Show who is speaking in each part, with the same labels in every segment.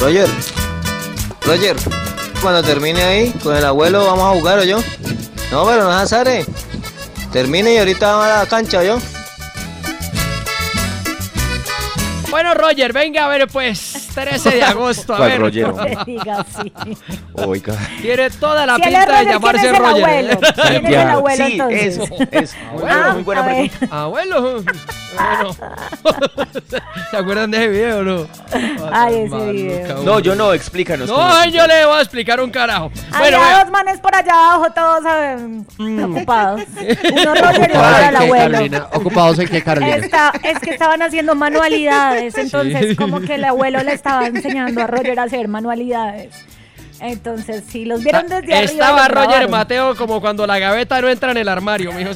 Speaker 1: Roger, Roger, cuando termine ahí con el abuelo vamos a jugar o yo. No, pero no es azar, eh. Termine y ahorita vamos a la cancha yo.
Speaker 2: Bueno, Roger, venga a ver, pues, 13 de agosto. A
Speaker 3: ¿Cuál
Speaker 2: ver,
Speaker 3: Roger?
Speaker 4: No le diga así.
Speaker 3: Oiga.
Speaker 2: tiene toda la
Speaker 4: Si él es
Speaker 2: pinta de
Speaker 4: Roger, ¿quién
Speaker 2: llamarse
Speaker 4: es el
Speaker 2: Roger. ¿eh?
Speaker 4: abuelo? ¿Quién es el
Speaker 3: Ya.
Speaker 4: abuelo
Speaker 3: sí,
Speaker 4: entonces?
Speaker 3: es, es muy, buena-
Speaker 4: Ah,
Speaker 3: muy buena
Speaker 4: a ver.
Speaker 3: pregunta.
Speaker 2: Abuelo. Bueno. ¿Se acuerdan de ese video, no?
Speaker 4: Ay, ese
Speaker 2: maluca,
Speaker 4: video.
Speaker 2: hombre.
Speaker 3: No, yo no, explícanos. cómo
Speaker 2: No,
Speaker 3: es.
Speaker 2: yo le voy a explicar un carajo. Bueno,
Speaker 4: Había
Speaker 2: vea. Mm.
Speaker 4: dos manes por allá abajo, todos eh, ocupados. Uno Roger y otro
Speaker 5: ¿Ocupados
Speaker 4: el
Speaker 5: en qué,
Speaker 4: abuelo.
Speaker 5: Carolina? ¿Ocupados en qué, Carolina?
Speaker 4: Esta- es que estaban haciendo manualidades, entonces como que el abuelo le estaba enseñando a Roger a hacer manualidades. Entonces, si los vieron desde arriba.
Speaker 2: Ah, Estaba
Speaker 4: los
Speaker 2: Roger
Speaker 4: grabaron.
Speaker 2: Mateo como cuando la gaveta no entra en el armario, mijo.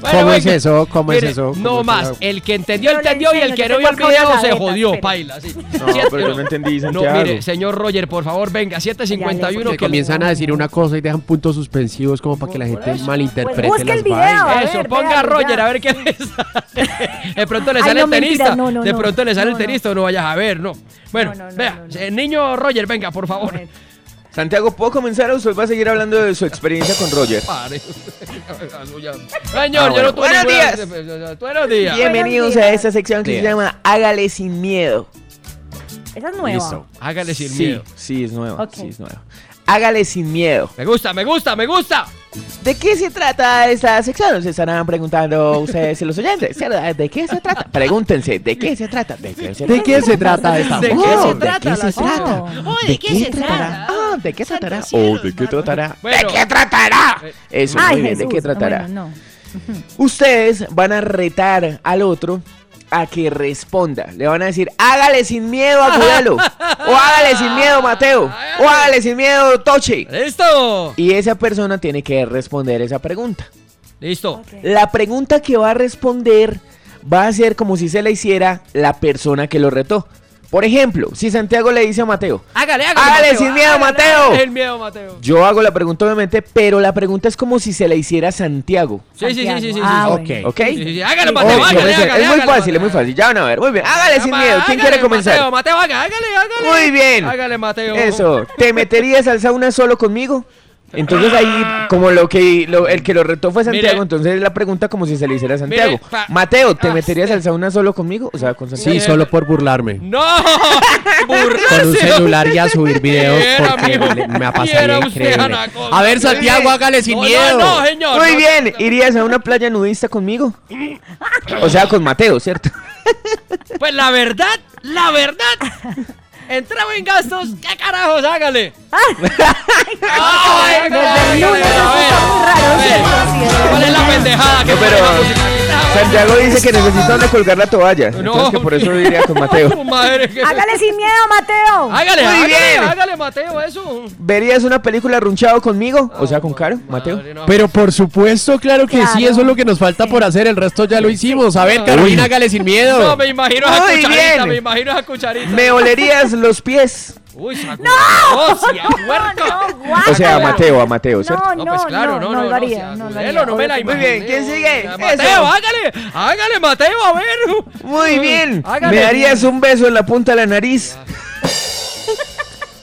Speaker 2: Bueno,
Speaker 5: ¿Cómo
Speaker 2: venga.
Speaker 5: es eso? ¿Cómo es
Speaker 2: Mire,
Speaker 5: eso? ¿Cómo
Speaker 2: no
Speaker 5: es
Speaker 2: más.
Speaker 5: eso?
Speaker 2: El que entendió,
Speaker 4: Yo le
Speaker 2: entendió. Y el
Speaker 4: enseño,
Speaker 2: que
Speaker 4: yo
Speaker 2: no
Speaker 4: sé
Speaker 2: vio el
Speaker 4: cuál es la
Speaker 2: video se
Speaker 4: gaveta,
Speaker 2: jodió,
Speaker 4: espere.
Speaker 2: paila. sí.
Speaker 3: No,
Speaker 2: Siete-
Speaker 3: pero yo no entendí,
Speaker 2: No,
Speaker 3: Santiago.
Speaker 2: mire, señor Roger, por favor, venga,
Speaker 4: Ya le
Speaker 2: 751
Speaker 4: dije.
Speaker 5: Que
Speaker 2: que
Speaker 5: comienzan a decir una cosa y dejan puntos suspensivos como para que la gente malinterprete
Speaker 4: Pues busque
Speaker 5: las
Speaker 4: el video.
Speaker 5: vainas.
Speaker 4: A
Speaker 2: Eso,
Speaker 4: ver,
Speaker 2: ponga a
Speaker 4: véalo,
Speaker 2: Roger
Speaker 4: ya.
Speaker 2: a ver qué le sale. De pronto le
Speaker 4: Ay,
Speaker 2: sale
Speaker 4: no,
Speaker 2: el
Speaker 4: mentira,
Speaker 2: tenista.
Speaker 4: no, no,
Speaker 2: de
Speaker 4: no.
Speaker 2: pronto le sale
Speaker 4: No,
Speaker 2: el
Speaker 4: no.
Speaker 2: tenista, no vayas a ver, no. Bueno,
Speaker 4: No, no, no,
Speaker 2: vea,
Speaker 4: no, no.
Speaker 2: eh, niño Roger, venga, por favor.
Speaker 3: Santiago, ¿puedo comenzar o usted va a seguir hablando de su experiencia con Roger?
Speaker 2: Pare. Señor,
Speaker 3: Ah,
Speaker 2: yo no
Speaker 3: bueno.
Speaker 2: tuve
Speaker 3: Buenos
Speaker 2: ninguna- Buenos días.
Speaker 4: Bienvenidos a esta
Speaker 3: sección
Speaker 5: que se
Speaker 3: llama Hágale sin miedo.
Speaker 4: Esa es nueva.
Speaker 5: Listo.
Speaker 2: Hágale sin
Speaker 3: sí,
Speaker 2: miedo.
Speaker 3: Sí, es nueva.
Speaker 4: Ok.
Speaker 3: Sí, es nueva. Hágale sin miedo.
Speaker 2: Me gusta, me gusta, me gusta.
Speaker 3: ¿De qué se trata esta sección? Se estarán preguntando ustedes y los oyentes, ¿cierto? ¿De qué se trata? Pregúntense, ¿de qué se trata? ¿De qué se
Speaker 5: ¿De qué se trata esta
Speaker 2: ¿De qué
Speaker 5: voz?
Speaker 2: se
Speaker 5: ¿De
Speaker 2: trata
Speaker 5: qué se
Speaker 2: la
Speaker 5: trata?
Speaker 4: Oh.
Speaker 3: ¿De qué se tratará? Ah, ¿De qué tratará? Oh, ¿de qué tratará?
Speaker 2: Bueno.
Speaker 3: ¿De qué tratará? Eso,
Speaker 4: Ay,
Speaker 3: muy bien, ¿de
Speaker 4: Jesús.
Speaker 3: qué tratará?
Speaker 4: Bueno, no.
Speaker 3: Ustedes van a retar al otro a que responda. Le van a decir, hágale sin miedo a Cudelo. o hágale sin miedo, Mateo. O hágale sin miedo, Toche.
Speaker 2: Listo.
Speaker 3: Y esa persona tiene que responder esa pregunta.
Speaker 2: Listo.
Speaker 3: La pregunta que va a responder va a ser como si se la hiciera la persona que lo retó. Por ejemplo, si Santiago le dice a Mateo,
Speaker 2: Hágale, hágale.
Speaker 3: Hágale sin miedo,
Speaker 2: hágale,
Speaker 3: Mateo.
Speaker 2: hágale sin miedo, Mateo.
Speaker 3: yo hago la pregunta obviamente, pero la pregunta es como si se la hiciera a Santiago.
Speaker 2: Sí, sí, sí, sí, sí, sí.
Speaker 4: Ah,
Speaker 2: sí.
Speaker 4: bueno.
Speaker 5: Ok.
Speaker 3: ¿Ok?
Speaker 2: Sí, sí, sí. Hágale,
Speaker 3: Oh,
Speaker 2: Mateo,
Speaker 3: yo
Speaker 2: hágale,
Speaker 3: pensé,
Speaker 2: hágale,
Speaker 3: es muy
Speaker 2: hágale,
Speaker 3: fácil, es muy
Speaker 2: Mateo.
Speaker 3: fácil. Ya van a ver. Muy bien. Hágale sin
Speaker 2: Llama,
Speaker 3: miedo. ¿Quién
Speaker 2: hágale,
Speaker 3: quiere comenzar?
Speaker 2: Mateo, Mateo, haga, hágale, hágale.
Speaker 3: Muy bien.
Speaker 2: Hágale, Mateo.
Speaker 3: Eso, ¿te meterías al sauna solo conmigo? Entonces ahí, como lo que lo- el que lo retó fue Santiago,
Speaker 2: Mire.
Speaker 3: entonces la pregunta como si se le hiciera a
Speaker 2: Mire,
Speaker 3: Santiago.
Speaker 2: pa-
Speaker 3: Mateo, ¿te
Speaker 2: ah,
Speaker 3: meterías al sauna solo conmigo? O sea, con
Speaker 5: Sí,
Speaker 3: Santiago.
Speaker 5: solo por burlarme.
Speaker 2: No, burlarse.
Speaker 5: Con un celular y a subir videos
Speaker 2: Viera,
Speaker 5: porque
Speaker 2: mijo,
Speaker 5: le- me ha
Speaker 2: viera
Speaker 5: pasado
Speaker 2: usted,
Speaker 5: increíble.
Speaker 2: Anaconda.
Speaker 5: A ver, Santiago, hágale sin
Speaker 2: No,
Speaker 5: miedo.
Speaker 2: No, no, señor.
Speaker 3: Muy
Speaker 2: no,
Speaker 3: bien,
Speaker 2: no, no.
Speaker 3: ¿irías a una playa nudista conmigo? O sea, con Mateo, ¿cierto?
Speaker 2: Pues la verdad, la verdad. Entraba en gastos, ¿qué carajos? Hágale. Ay,
Speaker 4: Desde el
Speaker 2: hágale, hágale, a ver,
Speaker 4: lunes está muy raro,
Speaker 2: a ver.
Speaker 4: ¿cierto?
Speaker 2: ¿Cuál es la pendejada? que
Speaker 3: No, pero-
Speaker 2: pone la musiquita?
Speaker 3: Santiago dice que necesita donde colgar la toalla, entonces que por eso iría con Mateo.
Speaker 2: Madre, que-
Speaker 4: Hágale sin miedo, Mateo.
Speaker 2: Hágale,
Speaker 3: Muy
Speaker 2: hágale,
Speaker 3: bien.
Speaker 2: hágale, Mateo, eso.
Speaker 3: ¿Verías una película runchado conmigo? O sea, con Caro, Mateo.
Speaker 2: Madre, no.
Speaker 5: Pero por supuesto, claro que sí,
Speaker 4: Claro.
Speaker 5: eso es lo que nos falta por hacer, el resto ya lo hicimos. A ver, Carolina, hágale sin miedo.
Speaker 2: No, me imagino esa
Speaker 3: Muy
Speaker 2: cucharita,
Speaker 3: bien.
Speaker 2: me imagino esa cucharita.
Speaker 3: ¿Me olerías los pies?
Speaker 2: Uy, sacudió. ¡No! sí, a puerco.
Speaker 3: O sea, a
Speaker 4: guácala.
Speaker 3: Mateo, a Mateo, ¿cierto?
Speaker 4: No, no,
Speaker 2: pues
Speaker 4: no, no, lo haría,
Speaker 2: sí,
Speaker 4: no lo
Speaker 2: acudelo,
Speaker 4: haría.
Speaker 2: no me la
Speaker 4: Obvio que
Speaker 3: Muy
Speaker 2: imagino.
Speaker 3: bien, ¿quién sigue?
Speaker 2: Ya,
Speaker 3: Eso.
Speaker 2: Mateo, hágale, hágale, Mateo, a ver. Mm.
Speaker 3: Muy bien.
Speaker 2: Hágale.
Speaker 3: ¿Me darías un beso en la punta de la nariz?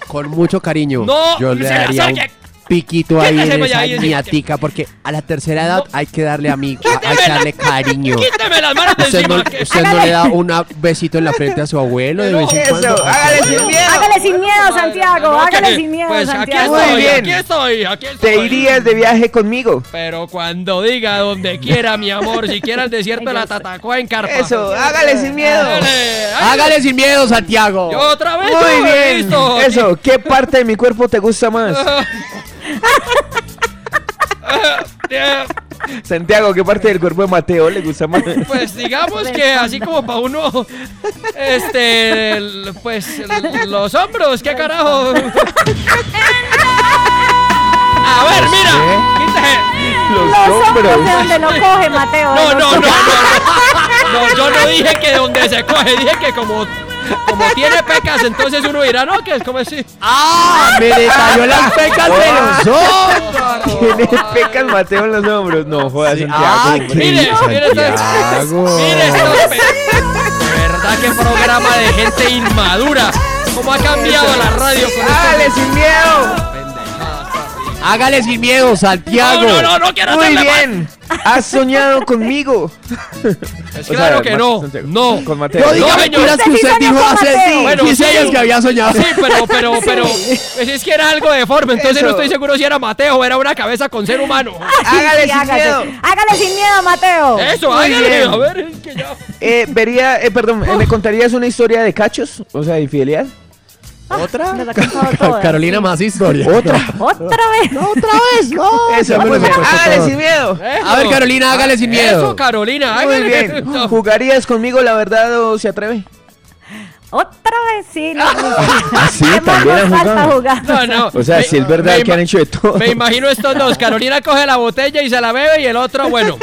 Speaker 5: Con mucho cariño.
Speaker 2: No,
Speaker 5: yo le
Speaker 2: se la
Speaker 5: daría un
Speaker 2: saque.
Speaker 5: piquito
Speaker 2: ¿Quién
Speaker 5: ahí
Speaker 2: la
Speaker 5: en
Speaker 2: saca ya
Speaker 5: esa
Speaker 2: ahí?
Speaker 5: niatica, porque a la tercera edad
Speaker 2: No.
Speaker 5: hay que darle amigo,
Speaker 2: Quíteme
Speaker 5: hay que
Speaker 2: la-
Speaker 5: darle cariño.
Speaker 2: Quíteme las manos de
Speaker 5: Usted no,
Speaker 2: encima. que-
Speaker 5: usted no le da un besito en la frente a su abuelo de
Speaker 2: No,
Speaker 5: vez en
Speaker 3: Eso,
Speaker 5: cuando.
Speaker 3: hágale sin miedo.
Speaker 4: Hágale sin miedo,
Speaker 2: Madre,
Speaker 4: Santiago.
Speaker 2: no,
Speaker 4: Hágale
Speaker 2: que-
Speaker 4: sin miedo,
Speaker 2: pues aquí
Speaker 4: Santiago.
Speaker 2: estoy,
Speaker 3: Muy bien.
Speaker 2: Aquí estoy, aquí estoy.
Speaker 3: ¿Te irías de viaje conmigo?
Speaker 2: Pero cuando diga donde quiera, mi amor, si quiera el desierto de la Tatacoa en Carpa.
Speaker 3: Eso, hágale sin miedo.
Speaker 2: Hágale,
Speaker 5: Hágale sin miedo, Santiago.
Speaker 2: Y otra vez.
Speaker 3: Muy
Speaker 2: hombre,
Speaker 3: bien.
Speaker 2: listo.
Speaker 3: Eso, ¿qué parte de mi cuerpo te gusta más?
Speaker 2: Eh,
Speaker 3: Santiago, ¿qué parte del cuerpo de Mateo le gusta más?
Speaker 2: Pues digamos que así como para uno, este, el- pues el- los hombros, qué carajo. A ver, mira, quítese.
Speaker 3: Los
Speaker 4: Los hombros de
Speaker 3: hombros.
Speaker 4: donde lo coge, Mateo.
Speaker 2: No,
Speaker 4: de
Speaker 2: no, no, no,
Speaker 4: los-
Speaker 2: no. No, yo no dije que donde se coge, dije que como, como tiene pecas, entonces uno dirá, no, que es como así.
Speaker 5: ¡Ah! ¡Me detalló las pecas de los ojos!
Speaker 3: Tiene pecas Mateo en los hombros. No, jodas,
Speaker 5: Sí,
Speaker 3: Santiago.
Speaker 5: ah,
Speaker 3: hombre.
Speaker 5: qué
Speaker 2: Mire, mire, estos-
Speaker 5: Santiago.
Speaker 2: mire, estos pe- ¿verdad? verdad que programa de gente inmadura. ¿Cómo ha cambiado la radio con este
Speaker 3: Hágale
Speaker 2: esto?
Speaker 3: sin miedo.
Speaker 5: Hágale sin miedo,
Speaker 2: No,
Speaker 5: Santiago.
Speaker 2: no, no, no quiero
Speaker 3: Muy
Speaker 2: hacerle
Speaker 3: bien. Has soñado conmigo.
Speaker 2: mal. Es claro que no. No.
Speaker 3: Con Mateo.
Speaker 5: Yo digo
Speaker 2: No, señor.
Speaker 5: mentiras que
Speaker 4: Usted sí
Speaker 5: usted
Speaker 4: soñó
Speaker 5: dijo
Speaker 4: con
Speaker 5: hace
Speaker 4: Mateo.
Speaker 2: Bueno,
Speaker 5: 15
Speaker 2: sí.
Speaker 5: años que había soñado.
Speaker 2: Sí, pero, pero, pero. pues es que era algo deforme, entonces
Speaker 3: Eso.
Speaker 2: no estoy seguro si era Mateo o era una cabeza con ser humano.
Speaker 3: Hágale
Speaker 4: Sí,
Speaker 3: sin miedo.
Speaker 4: Hágale sin miedo, Mateo.
Speaker 2: Eso,
Speaker 3: Muy
Speaker 2: hágale.
Speaker 3: bien.
Speaker 2: A ver, es que ya.
Speaker 3: Eh, vería, eh, perdón, eh, ¿me contarías una historia de cachos? O sea, de infidelidad.
Speaker 4: ¿Otra? Nos Ah, ha contado todas,
Speaker 5: Carolina,
Speaker 4: sí.
Speaker 5: más historia. Otra.
Speaker 4: Otra vez.
Speaker 5: Otra vez, no.
Speaker 3: Eso,
Speaker 5: Ya me
Speaker 3: muy
Speaker 5: lo
Speaker 3: bien.
Speaker 5: puesto
Speaker 3: Hágale
Speaker 5: todo.
Speaker 3: sin miedo.
Speaker 5: A ver, Carolina, hágale sin miedo.
Speaker 2: Eso, Carolina,
Speaker 3: Muy
Speaker 2: Eh, hágale.
Speaker 3: bien.
Speaker 2: No.
Speaker 3: ¿Jugarías conmigo la verdad o se atreve?
Speaker 4: Otra vez, sí. No,
Speaker 3: sí,
Speaker 4: ¿Qué más
Speaker 3: también
Speaker 4: nos
Speaker 3: ha
Speaker 4: falta
Speaker 3: jugado.
Speaker 4: jugar?
Speaker 2: No, no.
Speaker 3: O sea,
Speaker 2: Me-
Speaker 3: si es verdad
Speaker 2: me
Speaker 3: que han
Speaker 2: ima-
Speaker 3: hecho de todo.
Speaker 2: Me imagino estos dos. Carolina coge la botella y se la bebe y el otro, bueno.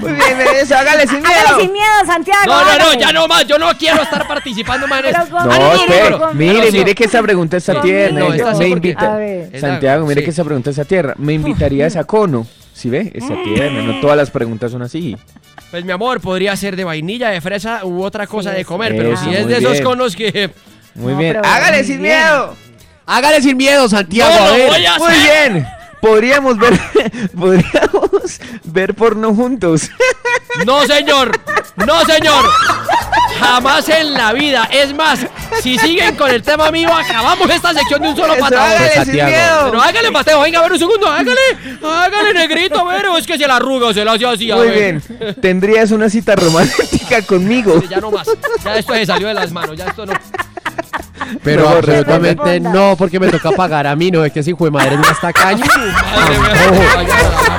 Speaker 3: Muy bien, eso, hágale sin miedo.
Speaker 4: Hágale sin miedo, Santiago.
Speaker 2: No, no, no,
Speaker 4: hágale.
Speaker 2: ya no más. Yo no quiero estar participando más en
Speaker 4: Pero
Speaker 2: esto.
Speaker 4: con-
Speaker 3: No,
Speaker 2: Ah, no, no, no,
Speaker 3: espere,
Speaker 2: no, no.
Speaker 3: mire,
Speaker 2: Pero sí.
Speaker 3: mire que esa pregunta está
Speaker 4: No,
Speaker 3: tierna.
Speaker 4: no,
Speaker 3: me-
Speaker 4: esta sí,
Speaker 3: me
Speaker 2: porque-
Speaker 4: A
Speaker 3: invita.
Speaker 4: ver.
Speaker 2: Es la-
Speaker 3: Santiago, mire
Speaker 2: sí.
Speaker 3: que esa pregunta está tierna. ¿Me invitarías a Cono? ¿Sí ve? Está tierna. No todas las preguntas son así.
Speaker 2: Pues mi amor, podría ser de vainilla, de fresa u otra cosa de comer, pero
Speaker 3: Eso,
Speaker 2: si es
Speaker 3: muy
Speaker 2: de esos
Speaker 3: bien.
Speaker 2: conos que.
Speaker 3: Muy
Speaker 4: No,
Speaker 3: bien.
Speaker 4: pero
Speaker 3: Hágale
Speaker 4: muy
Speaker 3: sin
Speaker 4: bien.
Speaker 3: miedo.
Speaker 5: Hágale sin miedo, Santiago.
Speaker 2: No
Speaker 5: a
Speaker 2: lo
Speaker 5: ver.
Speaker 2: voy a
Speaker 3: Muy
Speaker 2: hacer.
Speaker 3: bien. Podríamos ver, podríamos ver porno juntos.
Speaker 2: No, señor. No, señor. Jamás en la vida. Es más, si siguen con el tema mío, acabamos esta sección de un solo
Speaker 3: Eso,
Speaker 2: patadón.
Speaker 3: hágale sin
Speaker 5: Santiago.
Speaker 3: miedo.
Speaker 2: Pero hágale, Mateo, venga, a ver un segundo, hágale, hágale, negrito, a ver, o es que se la arruga, o se la hace así, a
Speaker 3: Muy
Speaker 2: ver.
Speaker 3: bien. Tendrías una cita romántica conmigo.
Speaker 2: Ya no más, ya esto se salió de las manos, ya esto no.
Speaker 5: Pero
Speaker 3: Mejor
Speaker 5: absolutamente
Speaker 4: responda.
Speaker 3: Ah.
Speaker 5: no, porque me toca pagar a mí, no es que ese hijo de madre no está caño.
Speaker 2: Madre mía, vaya,